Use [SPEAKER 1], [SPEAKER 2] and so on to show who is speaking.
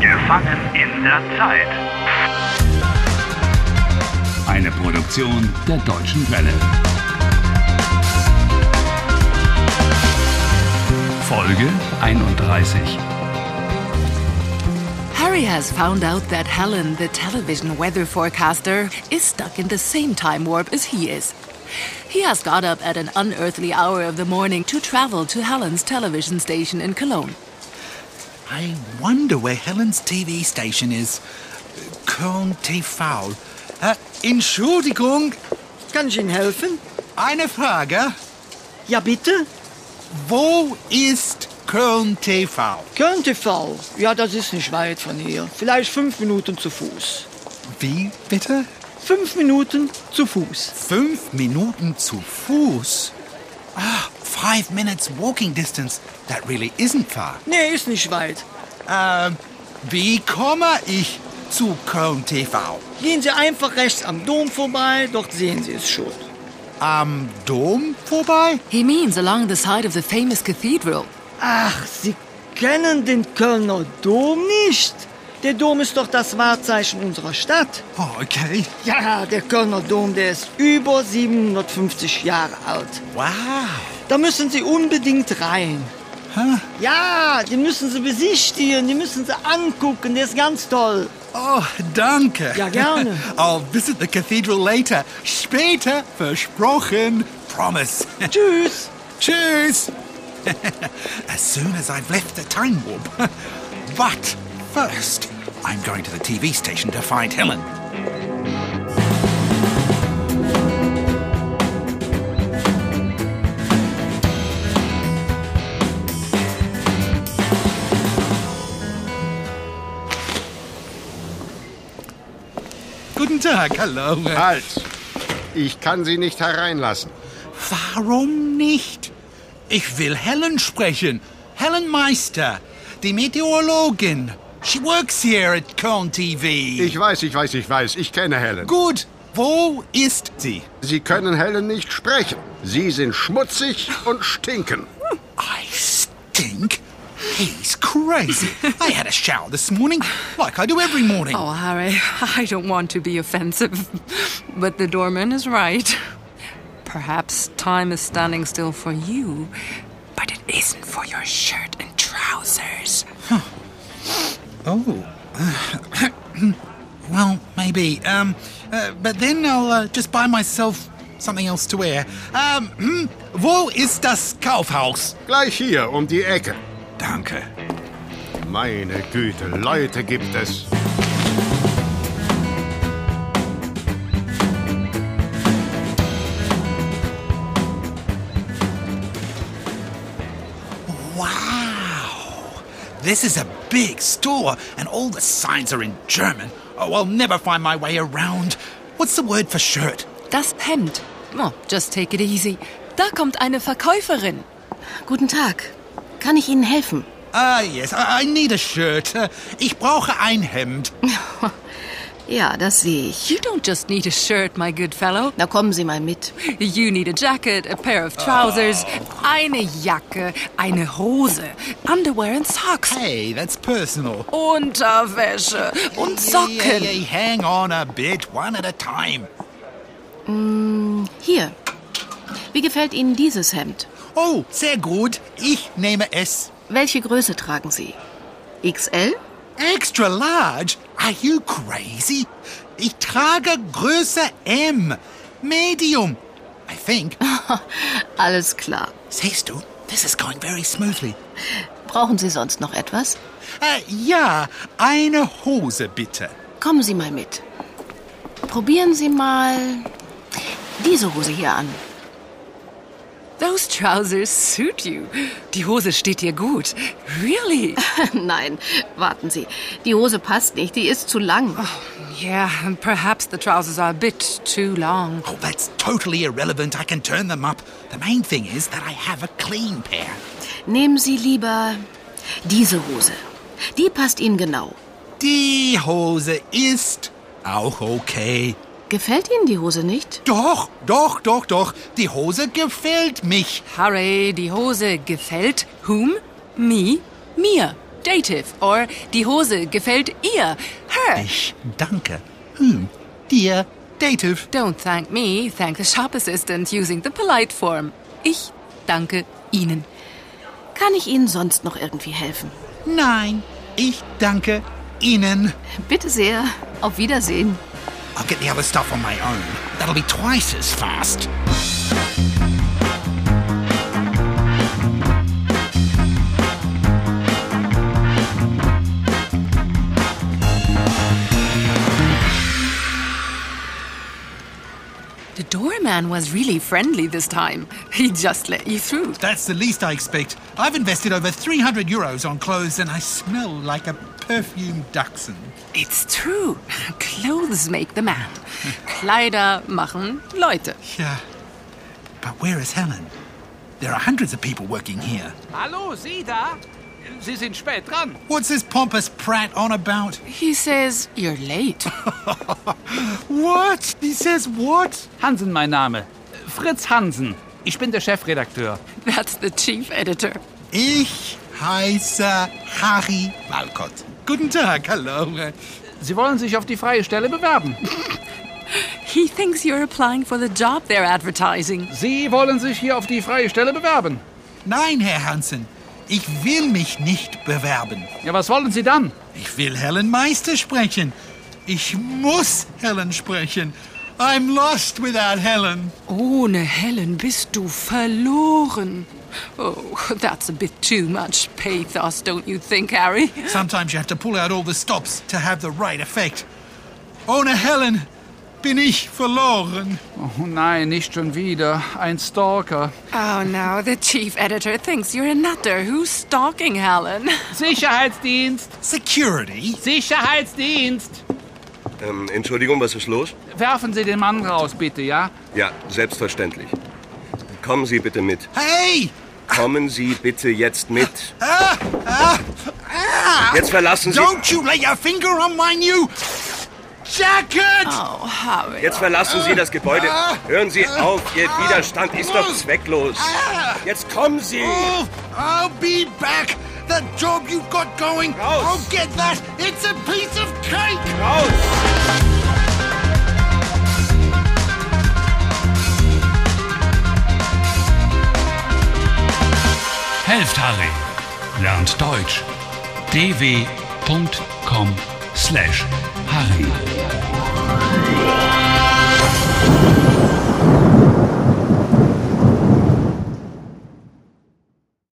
[SPEAKER 1] Gefangen in der Zeit.
[SPEAKER 2] Eine Produktion der Deutschen Welle. Folge 31.
[SPEAKER 3] Harry has found out that Helen, the television weather forecaster, is stuck in the same time warp as he is. He has got up at an unearthly hour of the morning to travel to Helen's television station in Cologne.
[SPEAKER 4] I wonder where Helen's TV station is. Köln TV. Äh, Entschuldigung,
[SPEAKER 5] Kann ich Ihnen helfen?
[SPEAKER 4] eine Frage.
[SPEAKER 5] Ja, bitte?
[SPEAKER 4] Wo ist Köln TV?
[SPEAKER 5] Köln TV. Ja, das ist nicht weit von hier. Vielleicht fünf Minuten zu Fuß.
[SPEAKER 4] Wie bitte?
[SPEAKER 5] Fünf Minuten zu Fuß.
[SPEAKER 4] Fünf Minuten zu Fuß. Ah, five minutes walking distance. That really isn't far.
[SPEAKER 5] Nee, ist nicht weit.
[SPEAKER 4] Ähm, wie komme ich zu Köln TV?
[SPEAKER 5] Gehen Sie einfach rechts am Dom vorbei, dort sehen Sie es schon.
[SPEAKER 4] Am Dom vorbei?
[SPEAKER 3] He means along the side of the famous cathedral.
[SPEAKER 5] Ach, Sie kennen den Kölner Dom nicht? Der Dom ist doch das Wahrzeichen unserer Stadt.
[SPEAKER 4] Oh, okay.
[SPEAKER 5] Ja, der Kölner Dom, der ist über 750 Jahre alt.
[SPEAKER 4] Wow.
[SPEAKER 5] Da müssen Sie unbedingt rein.
[SPEAKER 4] Huh?
[SPEAKER 5] Ja, die müssen Sie besichtigen, die müssen Sie angucken, der ist ganz toll.
[SPEAKER 4] Oh, danke.
[SPEAKER 5] Ja, gerne.
[SPEAKER 4] I'll visit the cathedral later. Später versprochen. Promise.
[SPEAKER 5] Tschüss.
[SPEAKER 4] Tschüss. as soon as I've left the time warp. but first, I'm going to the TV station to find Helen. Guten Tag, hallo.
[SPEAKER 6] Halt! Ich kann Sie nicht hereinlassen.
[SPEAKER 4] Warum nicht? Ich will Helen sprechen. Helen Meister, die Meteorologin. She works here at Köln TV.
[SPEAKER 6] Ich weiß, ich weiß, ich weiß. Ich kenne Helen.
[SPEAKER 4] Gut, wo ist sie?
[SPEAKER 6] Sie können Helen nicht sprechen. Sie sind schmutzig und stinken.
[SPEAKER 4] I stink. He's crazy. I had a shower this morning, like I do every morning.
[SPEAKER 3] Oh, Harry, I don't want to be offensive, but the doorman is right. Perhaps time is standing still for you, but it isn't for your shirt and trousers.
[SPEAKER 4] Oh. well, maybe. Um, uh, but then I'll uh, just buy myself something else to wear. Um, hm, wo ist das Kaufhaus?
[SPEAKER 6] Gleich hier um die Ecke.
[SPEAKER 4] Danke.
[SPEAKER 6] Meine Güte, Leute gibt es.
[SPEAKER 4] Wow. This is a big store, and all the signs are in German. Oh, I'll never find my way around. What's the word for shirt?
[SPEAKER 3] Das Hemd. Oh, just take it easy. Da kommt eine Verkäuferin.
[SPEAKER 7] Guten Tag. Kann ich Ihnen helfen?
[SPEAKER 4] Ah, yes, I, I need a shirt. Uh, ich brauche ein Hemd.
[SPEAKER 7] Ja, das sehe ich.
[SPEAKER 3] You don't just need a shirt, my good fellow.
[SPEAKER 7] Na, kommen Sie mal mit.
[SPEAKER 3] You need a jacket, a pair of trousers, eine Jacke, eine Hose, underwear and socks,
[SPEAKER 4] Hey, that's personal.
[SPEAKER 3] Unterwäsche und
[SPEAKER 4] Hey,
[SPEAKER 3] Socken.
[SPEAKER 4] hey, hang on a bit, one at a time.
[SPEAKER 7] Hier. Wie gefällt Ihnen dieses Hemd?
[SPEAKER 4] Oh, sehr gut. Ich nehme es.
[SPEAKER 7] Welche Größe tragen Sie? XL?
[SPEAKER 4] Extra large? Are you crazy? Ich trage Größe M. Medium. I think.
[SPEAKER 7] Alles klar.
[SPEAKER 4] Siehst du, this is going very smoothly.
[SPEAKER 7] Brauchen Sie sonst noch etwas?
[SPEAKER 4] Äh, ja, eine Hose bitte.
[SPEAKER 7] Kommen Sie mal mit. Probieren Sie mal diese Hose hier an.
[SPEAKER 3] Those trousers suit you. Die Hose steht dir gut. Really?
[SPEAKER 7] Nein, warten Sie. Die Hose passt nicht, die ist zu lang.
[SPEAKER 3] Yeah, and perhaps the trousers are a bit too long.
[SPEAKER 4] Oh, that's totally irrelevant. I can turn them up. The main thing is that I have a clean pair.
[SPEAKER 7] Nehmen Sie lieber diese Hose. Die passt Ihnen genau.
[SPEAKER 4] Die Hose ist auch okay.
[SPEAKER 7] Gefällt Ihnen die Hose nicht?
[SPEAKER 4] Doch, doch, doch, doch. Die Hose gefällt mich.
[SPEAKER 3] Harry, die Hose gefällt whom? Me? Mir. dative or die Hose gefällt ihr, her.
[SPEAKER 4] Ich danke. Whom? Dear Dative.
[SPEAKER 3] Don't thank me, thank the shop assistant using the polite form. Ich danke Ihnen.
[SPEAKER 7] Kann ich Ihnen sonst noch irgendwie helfen?
[SPEAKER 4] Nein, ich danke Ihnen.
[SPEAKER 7] Bitte sehr. Auf Wiedersehen.
[SPEAKER 4] I'll get the other stuff on my own. That'll be twice as fast.
[SPEAKER 3] The doorman was really friendly this time. He just let you through.
[SPEAKER 4] That's the least I expect. I've invested over 300 euros on clothes and I smell like a perfumed dachshund.
[SPEAKER 3] It's true. Clothes make the man. Kleider machen Leute.
[SPEAKER 4] Yeah. But where is Helen? There are hundreds of people working here.
[SPEAKER 1] Hallo, Sie da? Sie sind spät dran.
[SPEAKER 4] What's this pompous prat on about?
[SPEAKER 3] He says, You're late.
[SPEAKER 4] What? He says what?
[SPEAKER 1] Hansen mein Name. Fritz Hansen. Ich bin der Chefredakteur.
[SPEAKER 3] That's the chief editor.
[SPEAKER 4] Ich heiße Harry Walcott. Guten Tag, hallo.
[SPEAKER 1] Sie wollen sich auf die freie Stelle bewerben.
[SPEAKER 3] He thinks you're applying for the job they're advertising.
[SPEAKER 1] Sie wollen sich hier auf die freie Stelle bewerben.
[SPEAKER 4] Nein, Herr Hansen, ich will mich nicht bewerben.
[SPEAKER 1] Ja, was wollen Sie dann?
[SPEAKER 4] Ich will Helen Meister sprechen. Ich muss Helen sprechen. I'm lost without Helen.
[SPEAKER 3] Ohne Helen bist du verloren. Oh, that's a bit too much pathos, don't you think, Harry?
[SPEAKER 4] Sometimes you have to pull out all the stops to have the right effect. Ohne Helen bin ich verloren.
[SPEAKER 1] Oh nein, nicht schon wieder. Ein Stalker.
[SPEAKER 3] Oh, now the chief editor thinks you're a nutter who's stalking Helen.
[SPEAKER 1] Sicherheitsdienst!
[SPEAKER 4] Security?
[SPEAKER 1] Sicherheitsdienst!
[SPEAKER 8] Ähm, Entschuldigung, was ist los?
[SPEAKER 1] Werfen Sie den Mann raus, bitte, ja?
[SPEAKER 8] Ja, selbstverständlich. Kommen Sie bitte mit.
[SPEAKER 4] Hey!
[SPEAKER 8] Kommen Sie bitte jetzt mit.
[SPEAKER 4] Ah, ah, ah.
[SPEAKER 8] Jetzt verlassen Sie.
[SPEAKER 4] Don't you lay your finger on my new jacket! Ah.
[SPEAKER 3] Oh, Harry.
[SPEAKER 8] Jetzt verlassen Sie das Gebäude. Hören Sie auf, Ihr Widerstand ist doch zwecklos.
[SPEAKER 4] Ah.
[SPEAKER 8] Jetzt kommen Sie!
[SPEAKER 4] Oh, I'll be back. That job you got going,
[SPEAKER 8] Raus.
[SPEAKER 4] I'll get that. It's a piece of cake.
[SPEAKER 8] Raus!
[SPEAKER 2] Helft Harry. Lernt Deutsch. dw.com/harry.